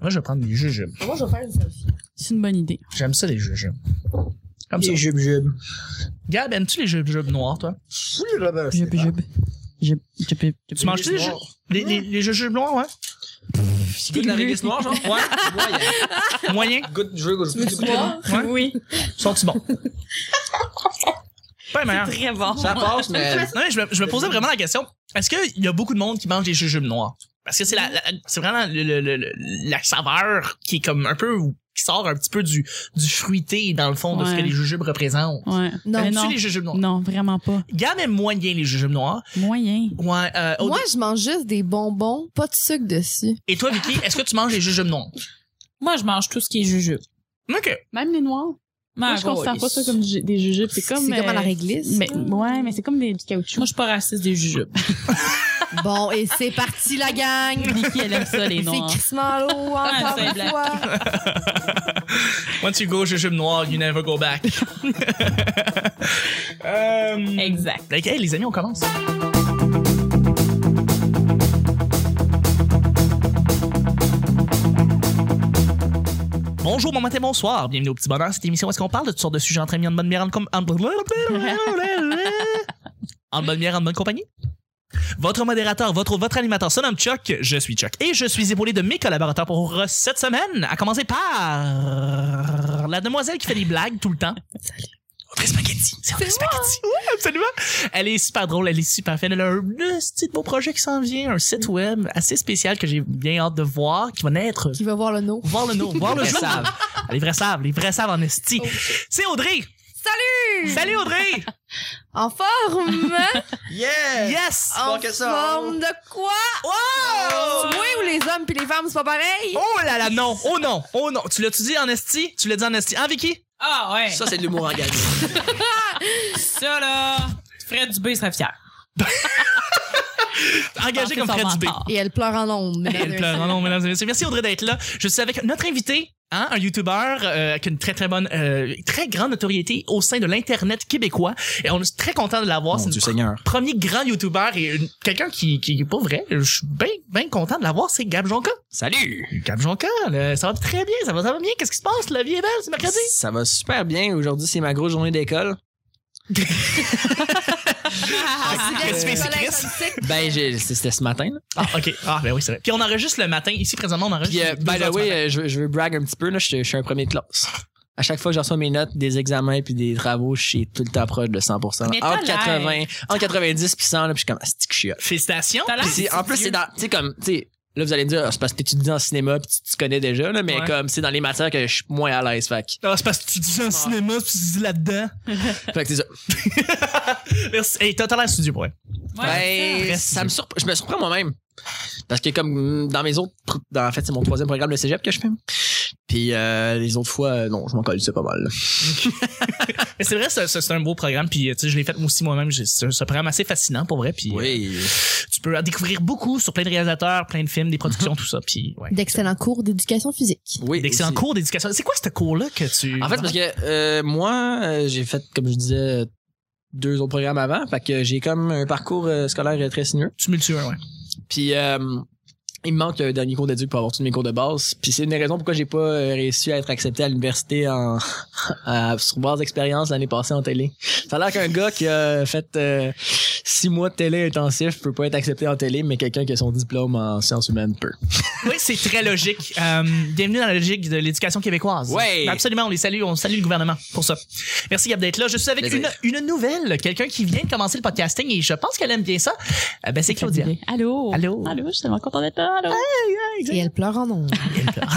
Moi, je vais prendre des jujubes. Moi, je vais faire une selfie. C'est une bonne idée. J'aime ça, les jujubes. Comme ça. Des jubes-jubes. Gab, aimes-tu les jujubes noirs, toi? Jup, jup. Jup, jup, jup. Tu manges-tu les, ju- les, les, les jujubes noirs, ouais? Tu goûtes de la réglisse noire, genre? Ouais. Ouais, Moyen? il goûte, je goûte, Tu vois? Ouais. Oui. Sont-ils bons? Pas les meilleurs. Très bon. Ça passe, mais. Non, mais je, me, je me posais vraiment la question. Est-ce qu'il y a beaucoup de monde qui mange des jujubes noirs? Parce que c'est la, la- c'est vraiment le- le- le- le- la saveur qui est comme un peu, qui sort un petit peu du, du fruité, dans le fond, de ce que Ouais. les jujubes représentent. Ouais. Non, Mais Aimes-tu non. les jujubes noirs? Non, vraiment pas. Gab aime moyen les jujubes noirs. Moyen. Ouais, euh, au- Moi, je mange juste des bonbons, pas de sucre dessus. Et toi, Vicky, est-ce que tu manges les jujubes noirs? Moi, je mange tout ce qui est jujube. OK. Même les noirs. Ma Moi, je considère grosse. pas ça comme ju- des jujubes. C'est comme. C'est comme à la euh, réglisse. Mais, ouais, mais c'est comme des, du caoutchouc. Moi, je suis pas raciste des jujubes. Bon, et c'est parti, la gang! Vicky, elle aime ça, les noirs. C'est Chris Malo, Ah, encore c'est une black. fois. Once you go jujubes noirs, you never go back. Euh, Exact. Like, hey, les amis, on commence. Bonjour, bon matin, bonsoir. Bienvenue au Petit Bonheur. Cette émission, où est-ce qu'on parle de toutes sortes de sujets entre amis, en bonne bière, en com- en- en bonne bière, en bonne compagnie? Votre modérateur, votre, votre animateur se nomme Chuck. Je suis Chuck. Et je suis épaulé de mes collaborateurs pour euh, cette semaine, à commencer par la demoiselle qui fait des blagues tout le temps. Audrey Spaghetti. C'est Audrey Spaghetti. Oui, absolument. Elle est super drôle, elle est super fun. Elle a un euh, ce petit beau projet qui s'en vient, un site web assez spécial que j'ai bien hâte de voir, qui va naître. Qui veut voir le no? Voir le nom, voir le Les jour. vrais Oh. savent. Les vrais savent, les vrais savent en esti. C'est Audrey. Salut! Salut Audrey! En forme! Yeah! Yes! Ah. en Bon, qu'est-ce que ça? forme de quoi? Oh! Oui, ou les hommes puis les femmes, c'est pas pareil? Oh là là, non! Oh non! Oh non! Tu l'as-tu dit en esti? Tu l'as dit en esti? Hein, Vicky? Ah, ouais. Ça, Ça, c'est de l'humour engagé. là, Fred Dubé serait fier. Engagé Ah, Pensez comme son Fred Dubé. mentor. Et elle pleure en ondes. Et mesdames elle et pleure. Non, non, mesdames et messieurs. Merci Audrey d'être là. Je suis avec notre invité, hein, un YouTuber euh, avec une très très bonne, euh, très grande notoriété au sein de l'internet québécois. Et on est très content de l'avoir. C'est Mon Dieu notre Seigneur. premier grand YouTuber et une- quelqu'un qui qui est pas vrai. Je suis bien bien content de l'avoir. C'est Gab Jonca. Salut! Gab Jonca, là, ça va très bien. Ça va ça va bien. Qu'est-ce qui se passe La vie est belle. C'est mercredi. Ça va super bien. Aujourd'hui, c'est ma grosse journée d'école. Qu'est-ce que tu fais ici, Chris? Ben, j'ai- c'est- c'était ce matin. là. Ah ok. Ah ben oui c'est vrai. Puis on enregistre le matin. Ici présentement on Puis, enregistre. euh, by 12 heures the du way, matin. euh, je, je veux brag un petit peu. Là. Je, je suis un premier de classe. À chaque fois que je reçois mes notes des examens puis des travaux, je suis tout le temps proche de 100 Mais t'as entre, l'air. 80, entre 90 puis 100, là, puis je suis comme, asti que je suis hot. félicitations. T'as l'air- Puis c'est- en plus, c'est dans. Tu sais, comme. Tu sais, là, vous allez me dire, Ah, c'est parce que t'étudies en cinéma puis tu, tu connais déjà, là, mais Ouais. comme c'est dans les matières que je suis moins à l'aise. Fait, que- Ah, c'est parce que tu dis ça en cinéma, puis tu dis là-dedans. fait que c'est ça. Merci. Hey, t'as t'as l'air studio pour elle. Ouais, Ben, ça. ça me surp- je me surprends moi-même. Parce que comme mm, dans mes autres pr- dans- en fait c'est mon troisième programme de cégep que je fais. Puis euh, les autres fois euh, non, je m'en colle c'est pas mal. là. Mais c'est vrai, c'est- c'est c'est un beau programme. Puis, euh, tu sais, je l'ai fait aussi moi-même. J'ai- C'est un c'est un programme assez fascinant, pour vrai. Puis, Oui. euh, tu peux en découvrir beaucoup sur plein de réalisateurs, plein de films, des productions, tout ça. Puis, ouais. D'excellents cours d'éducation physique. Mhm. Oui. D'excellents aussi. cours d'éducation. C'est quoi ce cours-là que tu. En fait c'est parce que euh, moi euh, j'ai fait comme je disais deux autres programmes avant, fait que j'ai comme un parcours euh, scolaire euh, très sinueux. Tumultueux, ouais. Puis euh, il me manque un dernier cours d'éduc pour avoir tous mes cours de base. Puis c'est une des raisons pourquoi j'ai pas euh, réussi à être accepté à l'université en à- sur base d'expérience l'année passée en télé. Ça a l'air qu'un gars qui a fait euh, six mois de télé intensif peut pas être accepté en télé, mais quelqu'un qui a son diplôme en sciences humaines peut. Oui, c'est très logique. Euh, bienvenue dans la logique de l'éducation québécoise. Ben, Ouais. Absolument, on les salue, on salue le gouvernement pour ça. Merci Gab d'être là. Je suis avec une, Plaisir. une nouvelle, quelqu'un qui vient de commencer le podcasting et je pense qu'elle aime bien ça. Euh, ben, c'est Claudia. Allô? Allô? Allô, je suis tellement contente d'être là. Allô? Et elle pleure en ondes.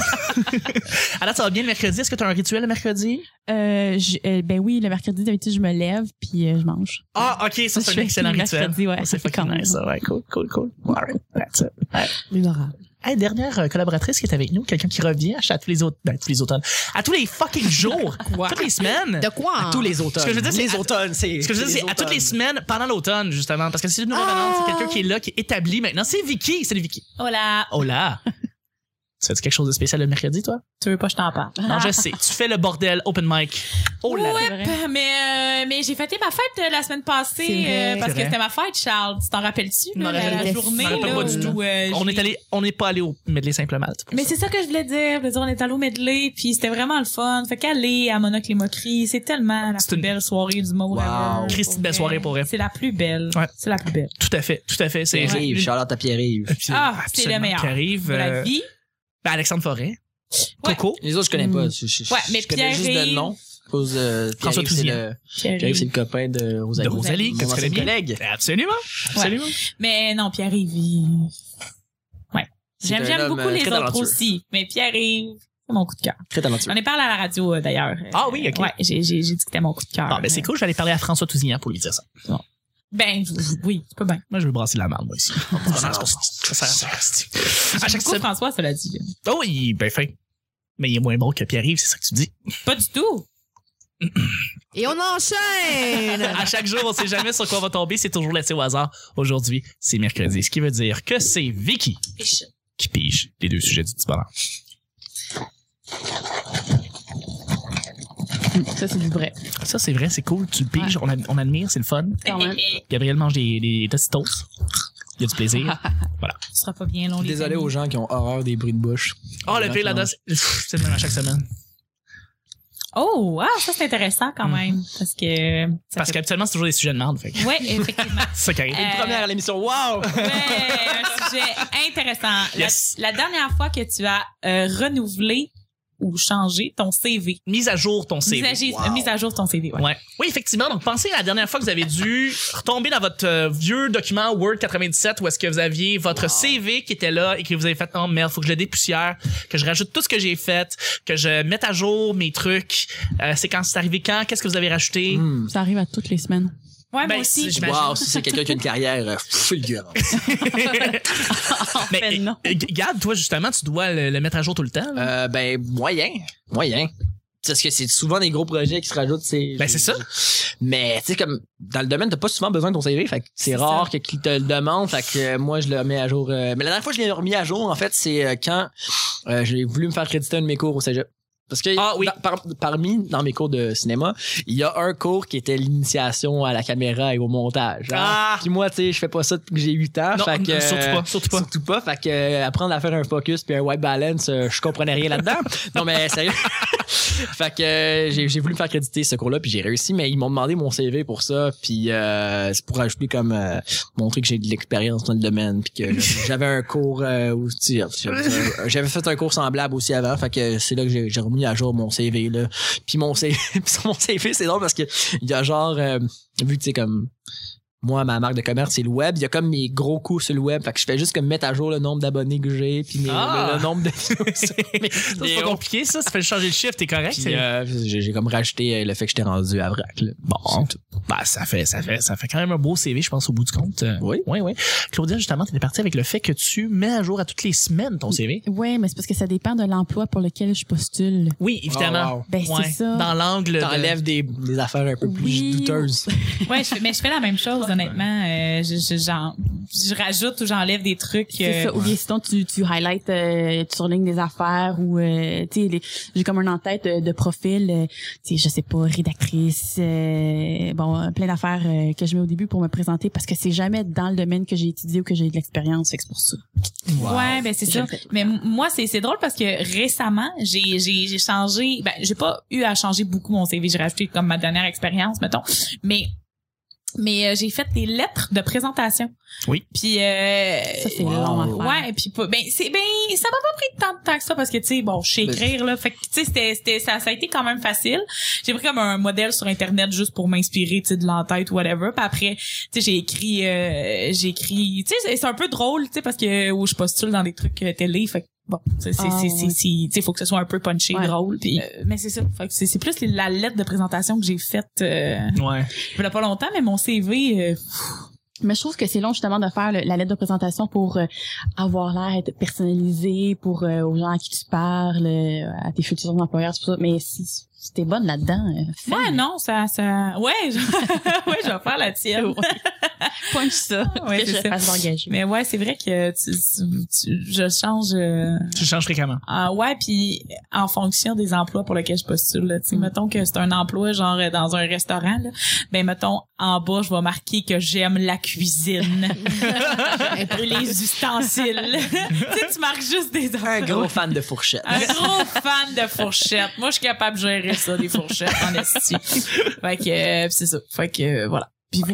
Alors, ça va bien le mercredi? Est-ce que tu as un rituel le mercredi? Euh, je- euh, ben oui, le mercredi, d'habitude, je me lève puis euh, je mange. Ah, ok, ça, Je c'est un fais excellent le rituel. mercredi, ouais. Oh, c'est fucking Quand nice, ça, ouais, cool, cool, cool. Alright, that's it. Mémorable. Hey, dernière euh, collaboratrice qui est avec nous, quelqu'un qui revient à, chaque- à tous les autres, ben, tous les automnes, à tous les fucking jours, toutes les semaines. De quoi? hein? Tous les automnes. Ah. Ce que je veux dire, c'est- les automnes, c'est. Ce que je veux dire, les c'est à toutes automnes. les semaines pendant l'automne, justement, parce que c'est une nouvelle Ah! Oh annonce, c'est quelqu'un qui est Oh là, qui est établi maintenant. C'est Vicky, c'est Vicky. Hola. Oh là! Tu fais quelque chose de spécial le mercredi, toi? Tu veux pas que je t'en parle? Non, je sais. Tu fais le bordel open mic. Oh là là. Ouais, C'est vrai. mais, euh, mais j'ai fêté ma fête euh, la semaine C'est passée vrai. euh, parce C'est que vrai. c'était ma fête, Charles. Tu t'en rappelles-tu, Je m'en là, la, la rappelle- journée? je m'en rappelle là, pas du où, tout. euh, On j'ai- est allé, on n'est pas allé au Medley Simple Malte. Mais c'est ça que je voulais dire. Je voulais dire, on est allé au medley, puis c'était vraiment le fun. Fait qu'aller à Monocle les moqueries, c'est tellement la C'est plus une- belle soirée du monde. Wow. ever, Christy de belle vrai. soirée pour vrai. C'est la plus belle. Ouais. C'est la plus belle. Tout à fait, tout à fait. C'est Pierre-Yves, une- Charlotte à Pierre-Yves. Ah, c'est le meilleur. Qui arrive. De euh, la vie. ben, Alexandre Forêt. Ouais. Coco. Les autres, je connais pas. Hmm. Mm. Je, je- je- Ouais, mais je connais juste Pierre-Yves- le nom. à cause de- François Pierre-Yves, c'est Tousier. le- Pierre-Yves, c'est le copain de Rosalie. De Rosalie, que tu Mon connais ancienne bien. collègue. Absolument. Absolument. Mais non, Pierre-Yves. il- Ouais. C'est J'aime un j'aime homme, beaucoup euh, les très autres talentueux. aussi. Mais Pierre-Yves, c'est mon coup de cœur. Très talentueux. J'en ai parlé à la radio, euh, d'ailleurs. Ah oui, ok. Ouais, j'ai j'ai- j'ai dit que c'était mon coup de cœur. Ah, ben, c'est cool. J'allais parler à François Tousignan pour lui dire ça. Ben, oui, c'est pas bien. Moi, je veux brasser la marde, moi, ici. Ah, non, c'est pas ça. Ça sert à rien, c'est- À chaque Beaucoup semaine. François, cela dit. là. Oh, il est bien fin. Mais il est moins bon que Pierre-Yves, c'est ça que tu dis. Pas du tout. Et on enchaîne! À chaque jour, on sait jamais sur quoi on va tomber. C'est toujours laissé au hasard. Aujourd'hui, c'est mercredi. Ce qui veut dire que c'est Vicky qui pige les deux sujets du petit bonheur. Ça, c'est du vrai. Ça, c'est vrai, c'est cool. Tu le piges, on, ad- on admire, c'est le fun. Quand même. Eh, Gabriel mange des, des tostitos. Il y a du plaisir. Ce sera pas bien long. les Désolé amis. aux gens qui ont horreur des bruits de bouche. Oh, le pire là-dedans, c'est pff, c'est le même à chaque semaine. Oh, ah, ça c'est intéressant quand même. Parce que. ça Mm-hmm. Parce fait- qu'habituellement, c'est toujours des sujets de merde. Fait que Ouais, effectivement. c'est ça qui arrive. Euh, Première à l'émission, wow! ouais, un sujet intéressant. La- Yes. La, dernière fois que tu as euh, renouvelé ou changé ton CV. Mise à jour ton CV. Mise à, gi- mise à jour ton CV, ouais. Ouais. Oui, effectivement. Donc, pensez à la dernière fois que vous avez dû retomber dans votre euh, vieux document Word 97 où est-ce que vous aviez votre CV qui était là et que vous avez fait, oh merde, faut que je le dépoussière, que je rajoute tout ce que j'ai fait, que je mette à jour mes trucs, euh, c'est quand c'est arrivé quand, qu'est-ce que vous avez rajouté. Hmm. Ça arrive à toutes les semaines. Ouais, Ben, moi si aussi. je- J'imagine. Wow, si c'est quelqu'un qui a une carrière euh, fulgurante. Mais Ben, fait, euh, non. euh, Gab, toi, justement, tu dois le, le mettre à jour tout le temps. là. Euh, ben, moyen. Moyen. Parce que c'est souvent des gros projets qui se rajoutent. C'est, Ben, c'est ça. Mais, tu sais, comme, dans le domaine, t'as pas souvent besoin de ton CV. Fait que c'est C'est rare que qu'ils te le demandent. Fait que euh, moi, je le mets à jour. euh, Mais la dernière fois que je l'ai remis à jour, en fait, c'est euh, quand euh, j'ai voulu me faire créditer un de mes cours au cégep. Parce que Ah oui. dans- par- parmi, dans mes cours de cinéma, il y a un cours qui était l'initiation à la caméra et au montage. Genre, Ah! Puis moi, tu sais, je fais pas ça depuis que j'ai 8 ans. non, Euh, fait que, non, surtout euh, pas, surtout pas. Surtout pas. Fait que euh, apprendre à faire un focus puis un white balance, euh, je comprenais rien là-dedans. non, mais sérieux. fait que euh, j'ai, j'ai voulu me faire créditer ce cours-là puis j'ai réussi, mais ils m'ont demandé mon CV pour ça puis euh, c'est pour ajouter comme euh, montrer que j'ai de l'expérience dans le domaine puis que je- j'avais un cours euh, où, tu sais, j'avais- j'avais fait un cours semblable aussi avant. Fait que c'est là que j'ai, j'ai remis à jour mon CV là. Puis mon CV, puis sur mon CV, c'est drôle parce que il y a genre euh, vu que c'est comme moi, ma marque de commerce, c'est le web. Il y a comme mes gros coups sur le web. Fait que je fais juste comme mettre à jour le nombre d'abonnés que j'ai, puis mes- Ah! le, le nombre de vidéos sur Ça, mes C'est vidéos. pas compliqué, ça. Ça fait changer le chiffre, t'es correct. Puis, c'est- euh, j'ai j'ai comme rajouté euh, le fait que j'étais rendu à Vrac. là. Bon, bah ça fait, ça fait, ça fait quand même un beau CV, je pense au bout du compte. Euh, Oui. oui, oui. Claudia, justement, t'étais partie avec le fait que tu mets à jour à toutes les semaines ton CV. Ouais, mais c'est parce que ça dépend de l'emploi pour lequel je postule. Oui, évidemment. Oh, wow. Ben, Ouais. c'est ça. Dans l'angle. de- T'enlèves des, des affaires un peu plus Oui. douteuses. Ouais, je fais- mais je fais la même chose, honnêtement. Euh, je, je, j'en- je rajoute ou j'enlève des trucs. euh, C'est ça. Ou bien sinon, tu, tu highlights, euh, tu surlignes des affaires ou, euh, tu sais, les- j'ai comme un en-tête euh, de profil, euh, tu sais, je sais pas, rédactrice, euh, bon, euh, plein d'affaires euh, que je mets au début pour me présenter parce que c'est jamais dans le domaine que j'ai étudié ou que j'ai de l'expérience, fait que c'est pour ça. Ouais, ben c'est Je ça. le fais tout le Mais m- moi, c'est c'est drôle parce que récemment, j'ai j'ai j'ai changé. Ben, j'ai pas eu à changer beaucoup mon CV. J'ai rajouté comme ma dernière expérience, mettons. Mais mais euh, j'ai fait des lettres de présentation. Oui. Puis euh, Ça, c'est Wow. long à faire. ouais, puis pas- ben c'est ben ça m'a pas pris tant de temps que ça parce que tu sais bon, je sais Mais- écrire là, fait que tu sais c'était c'était ça ça a été quand même facile. J'ai pris comme un modèle sur internet juste pour m'inspirer tu sais de l'entête whatever. Puis après, tu sais j'ai écrit euh, j'ai écrit tu sais c'est- c'est un peu drôle tu sais parce que où je postule dans des trucs euh, télé fait que bon, tu sais, c'est Ah, c'est ouais. c'est c'est- tu sais faut que ce soit un peu punchy Ouais. drôle puis euh, mais c'est ça, fait que c'est c'est plus la lettre de présentation que j'ai faite euh, Ouais. il y a pas longtemps mais mon CV euh, Mais je trouve que c'est long justement de faire le- la lettre de présentation pour euh, avoir l'air être personnalisé pour euh, aux gens à qui tu parles, euh, à tes futurs employeurs, c'est pour ça. Mais si C'était bonne là-dedans. euh, fais- Ouais, non, ça, ça, ouais, je- ouais, je vais faire la tienne. Punch ça. Ouais, que je c'est ça. fasse engager. Mais ouais, c'est vrai que tu, tu- tu- je change, euh, Tu changes fréquemment. Ah ouais, puis en fonction des emplois pour lesquels je postule, là, tu sais, Mm. mettons que c'est un emploi genre euh, dans un restaurant, là, ben mettons en bas, je vais marquer que j'aime la cuisine, les ustensiles. tu sais, tu marques juste des Un gros fan de fourchette. Ah, un gros fan de fourchettes. Moi, je suis capable de gérer ça, des fourchettes en esti. Fait que euh, c'est ça. Fait que euh, voilà. Puis vous,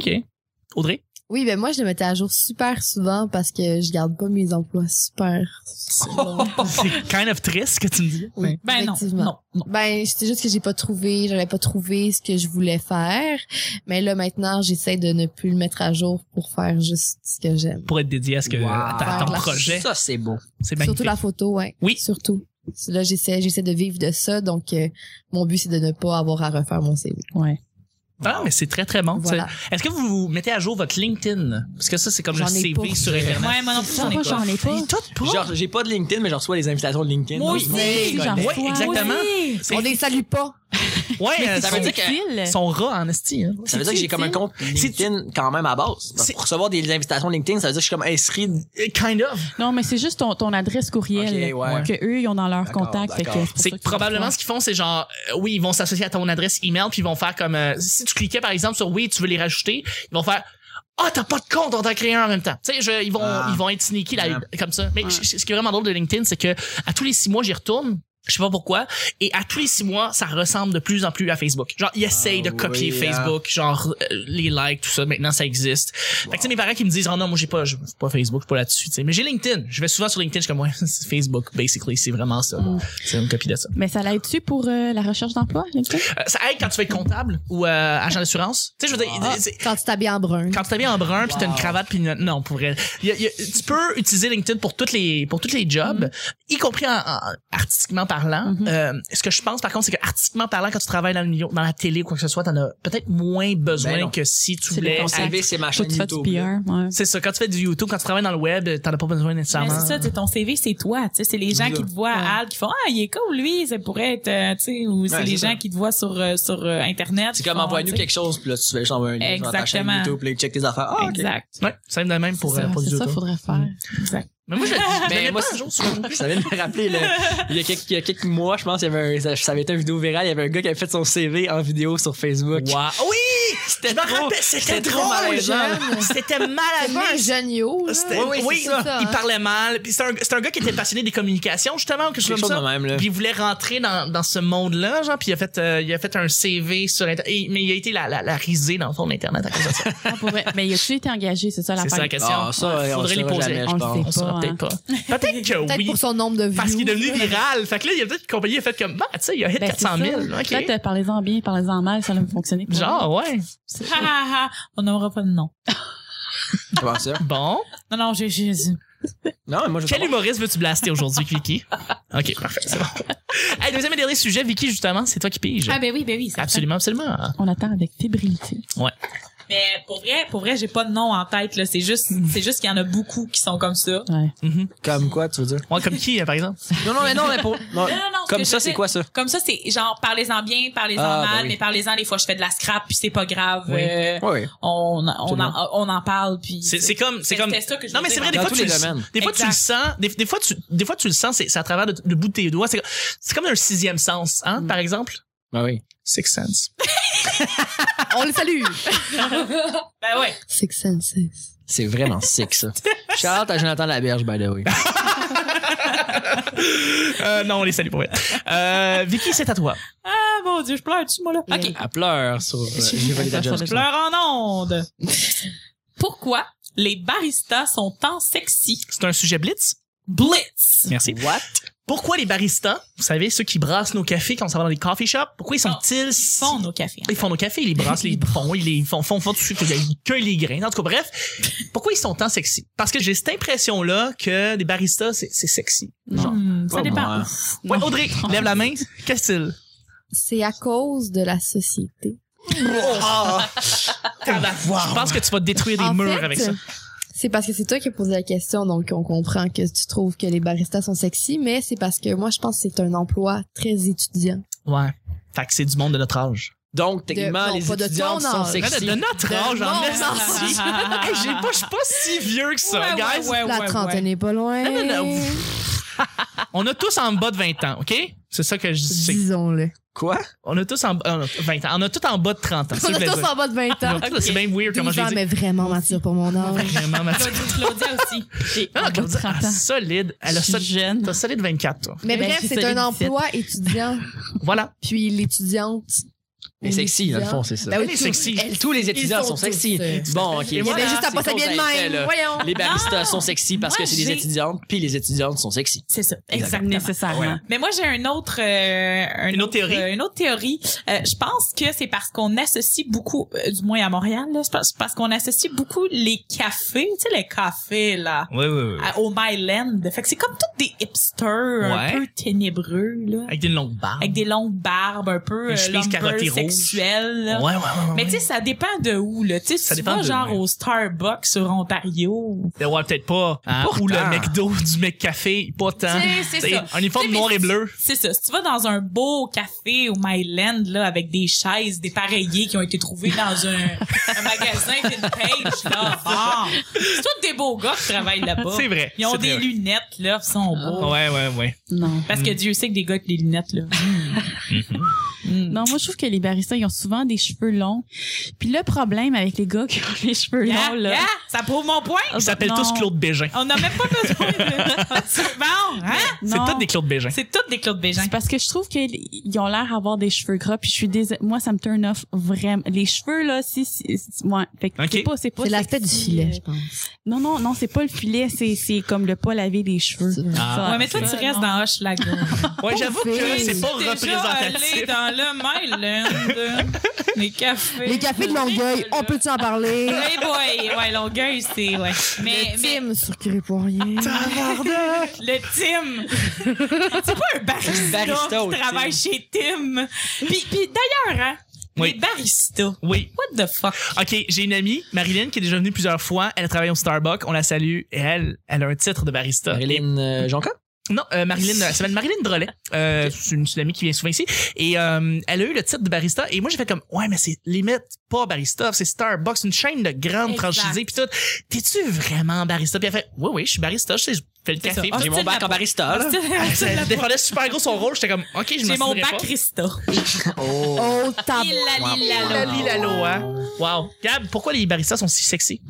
Audrey? Oui, ben moi, je le mettais à jour super souvent parce que je garde pas mes emplois super. souvent. Oh. C'est kind of triste ce que tu me dis. Oui, ben non, effectivement. non, non. Ben, c'était juste que j'ai pas trouvé, j'avais pas trouvé ce que je voulais faire. Mais là, maintenant, j'essaie de ne plus le mettre à jour pour faire juste ce que j'aime. Pour être dédié à ce que Wow. à ta- à ton Faire la- projet. Ça, c'est beau. C'est magnifique. Surtout la photo, ouais. Oui. Surtout. Là, j'essaie, j'essaie de vivre de ça. Donc, euh, mon but, c'est de ne pas avoir à refaire mon CV. Ouais. Ah, mais c'est très, très bon. Voilà. C'est- Est-ce que vous mettez à jour votre LinkedIn? Parce que ça, c'est comme le J'en ai CV pas. sur Internet. Ouais, moi non plus, j'en ai Moi, pas. j'en ai pas. Et tout pour- Genre, j'ai pas de LinkedIn, mais je reçois les invitations de LinkedIn. Moi Donc, aussi, je me j'en connais. Ouais, Wow. exactement. C'est- On les salue pas. Ouais, euh, ça sont- veut dire que- ils sont rats en esti. hein. Ça veut dire que j'ai comme un compte LinkedIn quand même à base. Donc, C'est- Pour recevoir des invitations LinkedIn, ça veut dire que je suis comme inscrit. Euh, Kind of. Non, mais c'est juste ton, ton adresse courriel Ok, ouais. que eux ils ont dans leur D'accord, contact. Fait que d'accord. c'est pour C'est ça que que tu probablement reçois. ce qu'ils font, c'est genre, euh, oui, ils vont s'associer à ton adresse email, puis ils vont faire comme, euh, si tu cliquais par exemple sur oui, tu veux les rajouter, ils vont faire, ah, t'as pas de compte, on t'a créé un en même temps. Tu sais, je- ils vont, Ah. ils vont être sneaky là, Ouais. comme ça. Mais Ouais. j- j- ce qui est vraiment drôle de LinkedIn, c'est que à tous les six mois, j'y retourne. Je sais pas pourquoi. Et à tous les six mois, ça ressemble de plus en plus à Facebook. Genre, ils essayent de oui, copier hein. Facebook, genre, euh, les likes, tout ça. Maintenant, ça existe. Fait que, tu sais, mes parents qui me disent, oh non, moi, j'ai pas, j'ai pas Facebook, je suis pas là-dessus, tu sais. Mais j'ai LinkedIn. Je vais souvent sur LinkedIn, je suis comme, ouais, c'est Facebook, basically, c'est vraiment ça. Mm. C'est une copie de ça. Mais ça l'aide-tu pour euh, la recherche d'emploi, LinkedIn? Euh, ça aide quand tu vas être comptable ou euh, agent d'assurance. Tu sais, je veux dire, Ah. c'est- Quand tu t'habilles en brun. quand tu t'habilles en brun puis t'as une Wow. cravate puis une... non pour vrai. Il y a- il y a- tu peux utiliser LinkedIn pour toutes les pour tous les jobs, y compris en, en- artistiquement parlant. Mhm. Euh, ce que je pense par contre, c'est que artistiquement parlant, quand tu travailles dans le milieu, dans la télé ou quoi que ce soit, t'en as peut-être moins besoin Ben non. que si tu C'est voulais. les Mon conseils. être- CV, c'est ma Faut que chaîne tu fasses du YouTube. PR. Ouais. C'est ça. Quand tu fais du YouTube, quand tu travailles dans le web, t'en as pas besoin Mais nécessairement. Ben, c'est ça, tu sais, ton CV, c'est toi. Tu sais, c'est les gens Oui, qui te voient à Al qui font Ah, il est cool, lui, ça pourrait être, euh, tu sais, ou c'est Ouais, les c'est gens ça. qui te voient sur, euh, sur euh, Internet. C'est qui comme font, envoie-nous tu sais. quelque chose, puis là, tu fais envoyer un lien sur ta chaîne Exactement. YouTube, puis là, check tes affaires. Ah, ok. Exact. Ouais, c'est de même pour, C'est euh, ça, pour c'est les ça, autos. faudrait faire. Exact. Mais moi, je, je l'avais Mais Ben, moi, pas un c'est- jour sur mon- Ça vient de me rappeler, là, il, y a quelques, il y a quelques mois, je pense, il y avait un- ça, ça avait été une vidéo virale, il y avait un gars qui avait fait son CV en vidéo sur Facebook. Wow. Ah Oui! C'était trop- drôle! C'était c'était trop drôle! malaisant. jeune. C'était mal C'est pas un amené. jeune yo, là. C'était- Oui, oui, c'est ça. il hein. parlait mal. Puis c'était un, c'était un gars qui était passionné des communications, justement, ou quelque chose Quelque comme chose ça. de même, là. Puis il voulait rentrer dans, dans ce monde-là, genre, puis il a fait, euh, il a fait un CV sur Internet. Et- Mais il a été la, la, la risée dans le fond d'Internet à cause de ça. Ah, pour vrai. Mais y a-tu été engagé, c'est ça la C'est ça la question. Ah, ça, on Faudrait le les saura poser. jamais, je On le pense. sait. On saura pas, peut-être pas. Peut-être que Peut-être oui. pour son nombre de vues. Parce qu'il est devenu viral. Fait que là, il y a peut-être une compagnie qui a fait comme, bah, tu sais, il a hit Ben, c'est 400 000. ça. OK. Peut-être, euh, parlez-en bien, parlez-en mal, ça va fonctionner. pour Genre, ouais. vous. Ha, ha, ha. On n'aura pas de nom. Comment ça? Bon. Non, non, j'ai, j'ai, Non, mais moi, je Quel humoriste veux-tu blaster aujourd'hui, Vicky? OK, parfait, c'est bon. Hey, deuxième et dernier sujet, Vicky, justement, c'est toi qui pige. Ah ben oui, ben oui, c'est absolument, absolument. On attend avec fébrilité. ça. Mais pour vrai, pour vrai, j'ai pas de nom en tête là, c'est juste c'est juste qu'il y en a beaucoup qui sont comme ça. Ouais. Mhm. Comme quoi, tu veux dire? Ouais, comme qui, euh, par exemple? Non, non, mais non, mais pour. non. Non, non, non, ce Comme que ça, je c'est dis- quoi ça? Comme ça, c'est genre parlez-en bien, parlez-en Ah, ben mal, oui. mais parlez-en des fois je fais de la scrap puis c'est pas grave. Oui. euh, Oui, oui. on on Absolument. en, on en parle puis C'est c'est comme... C'est c'est- comme... c'était ça que je Non, mais voulais c'est vrai, des dire. Dans fois, tous tu les le, domaines. des fois, tu le Exact. sens, des, des fois, tu, des fois, tu le sens, c'est c'est à travers le, le bout de tes doigts. C'est c'est comme un sixième sens, hein, par exemple? Ah oui. Six Sense. On le salue. Ben ouais. Six Senses. C'est vraiment sick, ça. Shout à Jonathan Laberge, by the way. Euh, non, on les salue pour rien. Euh, Vicky, c'est à toi. Ah mon dieu, je pleure dessus moi là. OK. Elle pleure sur. euh, J'ai volé ta job. Je pleure en ondes. Pourquoi les baristas sont tant sexy C'est un sujet blitz. Blitz. Merci. What? Pourquoi les baristas, vous savez, ceux qui brassent nos cafés quand on s'en va dans les coffee shops, pourquoi ils Non, sont-ils si- Fond nos cafés. Ils font nos cafés, ils les brassent, ils les font, ils les font, font, font tout ce qu'il y a que les grains. En tout cas, bref, pourquoi ils sont tant sexy? Parce que j'ai cette impression-là que des baristas, c'est c'est sexy. Non. Hmm, Pas ça dépend. moi. Ouais, Audrey, lève la main. Qu'est-ce qu'il? C'est à cause de la société. Je pense que tu vas détruire des En murs fait, avec ça. C'est parce que c'est toi qui as posé la question, donc on comprend que tu trouves que les baristas sont sexy, mais c'est parce que moi, je pense que c'est un emploi très étudiant. Ouais. Fait que c'est du monde de notre âge. Donc, techniquement, non, les pas de étudiants ton sont âge. De, sexy. de notre âge, en Non, est sorti. Hey, j'ai pas, je suis pas si vieux que ça, Ah, Ouais, guys. ouais, ouais, La ouais, trentaine ouais. n'est pas loin. Non, non, non, On a tous en bas de 20 ans, OK? C'est ça que je dis. Disons-le. Quoi? On a tous en bas euh, 20 ans. On a tous en bas de 30 ans. c'est ça On que a je voulais tous dire. en bas de 20 ans. Donc, là, C'est bien weird comment Des j'ai gens, dit. mais vraiment mature pour mon âge. Vraiment, ma- Claudia, Claudia aussi. J'ai Ah, Claudia, ah, 30 ans. solide. Elle a Je suis sol- jeune. T'as solide 24, toi. Mais Ben, bref, je suis c'est un solide dix-sept. emploi étudiant. Voilà. Puis l'étudiante. Mais ou sexy, dans le l'étudiant- fond, c'est ça. Ben oui, Elle est tout- sexy. elle- Tous les étudiants Ils sont, sont sexy. tous, euh, Bon, ok. Il y Il y voilà, avait juste à pas c'est s'habiller de qu'on même. était, là. Voyons. Les baristas sont sexy parce Moi, que c'est des j'ai- étudiantes, puis les étudiantes sont sexy. C'est ça, Exactement. exactement. Nécessairement. Mais moi, j'ai un autre, euh, un Une autre théorie? euh, une autre théorie. Euh, je pense que c'est parce qu'on associe beaucoup, euh, du moins à Montréal, là, c'est parce, parce qu'on associe beaucoup les cafés, tu sais, les cafés, là, Oui, oui, oui. à- au Myland. Fait que c'est comme tous des hipsters un Ouais. peu ténébreux, là. Avec des longues barres. Avec des longues barbes, un peu, Une euh, chemise lumber carottée rouge. sexuelle, Ouais, là. ouais, ouais. ouais, Mais tu sais, ça dépend de où, là. Tu sais, Ça si tu dépend vas de- genre ouais. au Starbucks sur Ontario. ouais. Ouais, peut-être pas. hein, Pourtant. Ou le McDo du McCafé, pas tant. Tu sais, c'est T'sais, ça. Un uniforme Tu sais, noir mais et bleu. C'est ça. Si tu vas dans un beau café au Myland, là, avec des chaises, des pareillés qui ont été trouvés dans un, un magasin vintage, là, bon. C'est tous des beaux gars qui travaillent là-bas. C'est vrai. Ils ont c'est des vrai. Ah lunettes, là, ils sont beaux. Ouais, Mm. ouais, ouais. Non. Parce que Dieu sait que des gars avec des lunettes, là. Mm. Non, moi, je trouve que les baristas, ils ont souvent des cheveux longs. Puis le problème avec les gars qui ont les cheveux Yeah, longs, là. yeah, ça prouve mon Ah, point. bah, Ils s'appellent Non. tous Claude Bégin. On n'a même pas besoin de... C'est bon, hein? C'est Non. tous des Claude Bégin. C'est toutes des Claude Bégin. C'est parce que je trouve qu'ils ont l'air d'avoir des cheveux gras, puis je suis dés... moi ça me turn off vraiment. Les cheveux là, si, si, si- ouais. fait que Ok. c'est pas, c'est pas. C'est l'aspect du sexy. filet, je pense. Non non non, c'est pas le filet, c'est c'est comme le pas laver des cheveux. Ah. Ouais, mais toi, tu restes dans Hochelaga. Ouais, j'avoue que Pauvre c'est fille. pas déjà allé représentatif. dans le Myland. Les cafés. Les cafés de Longueuil, on peut-tu en parler? Hey boy, ouais, Longueuil, c'est, ouais. Mais, Le mais, Tim sur Curé Poirier. le Tim. c'est pas un barista, Barista au qui travaille Tim. chez Tim. Puis, puis d'ailleurs, hein, Oui. les baristas. Oui. What the fuck? OK, j'ai une amie, Marilyn, qui est déjà venue plusieurs fois. Elle travaille au Starbucks. On la salue. Et elle, elle a un titre de barista. Marilyn euh, Jonca? Non, euh, Marilyn, elle s'appelle Marilyn Drolet. Euh, C'est une, c'est une amie qui vient souvent ici. Et euh, elle a eu le titre de barista. Et moi, j'ai fait comme, ouais, mais c'est limite pas barista, c'est Starbucks, une chaîne de grandes Exact. franchisées. Puis tout, t'es-tu vraiment barista? Puis elle fait, oui, oui, je suis barista, je sais, je fais le C'est café. ça. Puis J'ai mon style bac la- Ah, en barista, là. ça- Elle défendait super gros son rôle. J'étais comme, OK, je J'ai m'en mon souviendrai bac pas. Rista. Oh. Oh, tab... Lila, Lila, lila, lila, lo, hein. Wow. Gab, pourquoi les baristas sont si sexy?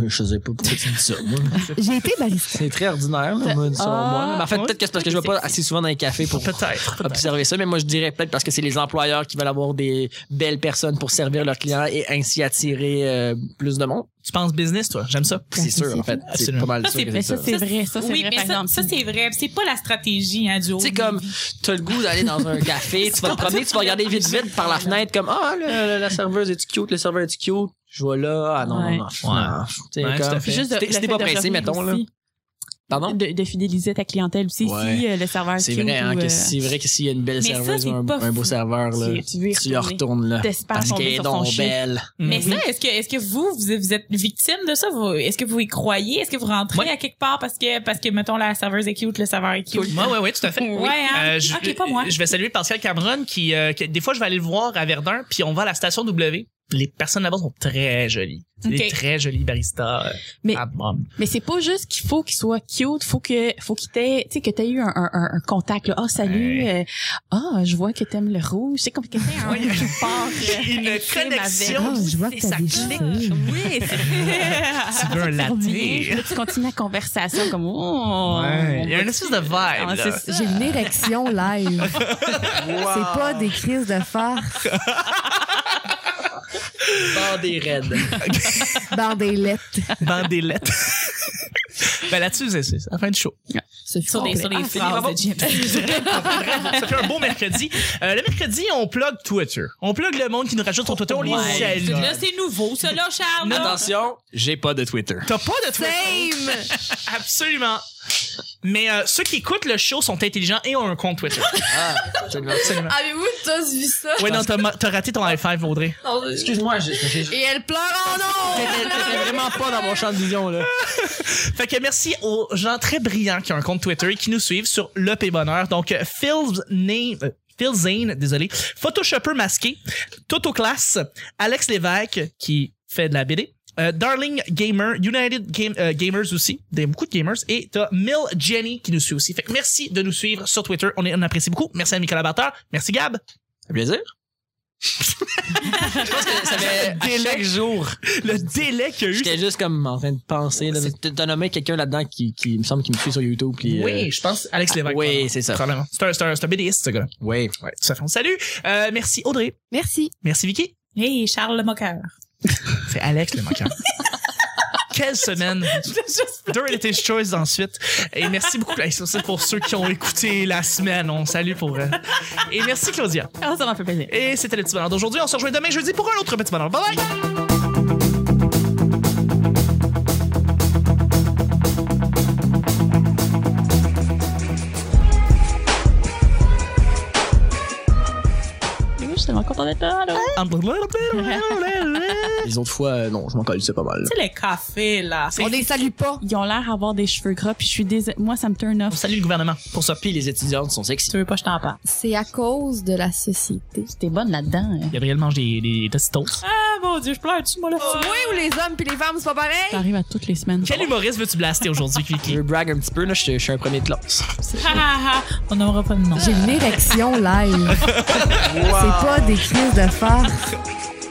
Je, je sais pas pourquoi tu dis ça, moi. J'ai été barista. C'est très ordinaire, là, moi, selon Ah, moi. Mais en fait, ouais. peut-être que c'est parce que je vais pas assez souvent dans les cafés pour Peut-être. peut-être. observer ça, mais moi, je dirais peut-être parce que c'est les employeurs qui veulent avoir des belles personnes pour servir leurs clients et ainsi attirer euh, plus de monde. Tu penses business, toi? J'aime ça. C'est sûr, en fait. C'est Absolument. pas mal Ça, sûr c'est- que Mais c'est ça. ça c'est vrai, ça c'est oui, vrai. mais par ça, exemple. ça, c'est vrai. C'est pas la stratégie, hein, Joe. Tu sais, comme, t'as le goût d'aller dans un café, tu vas te promener, tu vas regarder vite, vite par la fenêtre, comme, ah, le- la serveuse est cute, le serveur est cute, je vois là, ah non, non, Ouais. non. Ouais. Tu sais, Ouais, comme- tout à fait. Juste de- Si t'es- le si t'es fait pas de pressé, revenir mettons, là. aussi. Pardon? De, de fidéliser ta clientèle aussi Ouais. si euh, le serveur C'est cute vrai, hein, ou, que euh, c'est vrai que s'il y a une belle Mais ça, serveuse c'est ou un, pas un beau fou. serveur, là, tu, tu veux y tu le retourner. retournes, là. T'espères Parce tomber qu'elle est sur son donc chiffre. belle. Mais Mhm. ça, est-ce que, est-ce que vous, vous êtes- vous êtes victime de ça? Vous- Est-ce que vous y croyez? Est-ce que vous rentrez Ouais. à quelque part parce que, parce que, mettons, la serveuse est cute, le serveur est cute? Moi, Ah ouais, ouais, tout à fait. Ouais, hein? Euh, je, Ok, pas moi. je vais saluer Pascal Cameron qui, euh, qui- des fois je vais aller le voir à Verdun puis on va à la station W. Les personnes là-bas sont très jolies. C'est Des Ok. très jolies baristas. euh, Mais- à bombe. Mais c'est pas juste qu'il faut qu'il soit cute, faut que faut qu'il t'ait, tu sais que t'aies eu un, un, un- un contact là. Ah salut, euh, ah je vois que t'aimes le rouge, c'est comme que t'aies hein, un Oui. rapport, euh, Une intime connexion. Ah, je vois que C'est t'as ça des clique. cheveux. Oui, Tu c'est veux un latte. Puis là, tu continues la conversation comme oh. Ouais. Il y a une espèce de vibe. Ah, là. c'est ça. J'ai une érection live. C'est pas des crises de farce Bord des raides. dans des lettres. Bandelette. ben là-dessus, c'est c'est la fin du show. Ce Sur des, sur des Ah, phrases de Jim. Ça fait un beau mercredi. Euh, le mercredi, on plug Twitter. On plug le monde qui nous rajoute sur Twitter. On les Ouais. salue. Là, c'est nouveau, ça, là, Charles. là. Attention, j'ai pas de Twitter. T'as pas de Twitter? Same! Absolument. Mais euh, ceux qui écoutent le show sont intelligents et ont un compte Twitter. Ah, absolument. Avez-vous tous vu ça? Ouais, non, t'as ma- t'as raté ton high five, Audrey. Excuse-moi, je- je- je- Et elle pleure en j'étais j'étais vraiment pas dans mon champ de vision, là. Fait que merci aux gens très brillants qui ont un compte Twitter et qui nous suivent sur Le P Bonheur. Donc, euh, Phil's Name, euh, Phil Zane, désolé, Photoshopper masqué, Toto Class, Alex Lévesque, qui fait de la BD, euh, Darling Gamer, United Game- euh, Gamers aussi, des, beaucoup de gamers, et t'as Mill Jenny qui nous suit aussi. Fait que merci de nous suivre sur Twitter, on, est, on apprécie beaucoup. Merci à mes collaborateurs, merci Gab. Un plaisir. Je pense que ça fait Euh, à chaque jour. Le délai qu'il y a eu. J'étais juste comme en train de penser. là. C'est- T'as t'as nommé quelqu'un là-dedans qui, qui, il me semble, qui me suit sur YouTube. Puis, euh, ah, Oui, je pense Alex Lévesque. oui, c'est ça. probablement. C'est un, c'est un, c'est un BDiste, ce gars-là. Oui. Ouais, tout à fait. On te salue. Euh, merci Audrey. Merci. Merci Vicky. Hey, Charles le moqueur. C'est Alex le moqueur. Quelle semaine! Deux Edited Choice ensuite. Et merci beaucoup Hey, ça, c'est pour ceux qui ont écouté la semaine. On salue pour. euh, Et merci Claudia. Ah, ça m'a fait plaisir. Et c'était le petit bonheur d'aujourd'hui. On se rejoint demain jeudi pour un autre petit bonheur. Bye bye! Je suis tellement contente d'être là. allô? Les autres fois, euh, non, je m'en colle, c'est pas mal. Tu sais, le café, là. On les salue pas. Ils ont l'air d'avoir des cheveux gras, puis je suis dés... Moi, ça me turn On off. salue le gouvernement pour ça. Puis les étudiantes sont sexy. Tu veux pas, que je t'en parle. C'est à cause de la société. T'es bonne là-dedans. hein. Gabriel mange des, des tostitos. Ah, mon Dieu, je pleure-tu, moi, là? Oui, ou les hommes puis les femmes, c'est pas pareil? T'arrives à toutes les semaines. Quel humoriste veux-tu blaster aujourd'hui, Je Vicky? veux brag un petit peu, là, je, je suis un premier de classe. Ha, ha, ha. On n'aura pas de nom. J'ai une érection live. C'est pas des crises de farce.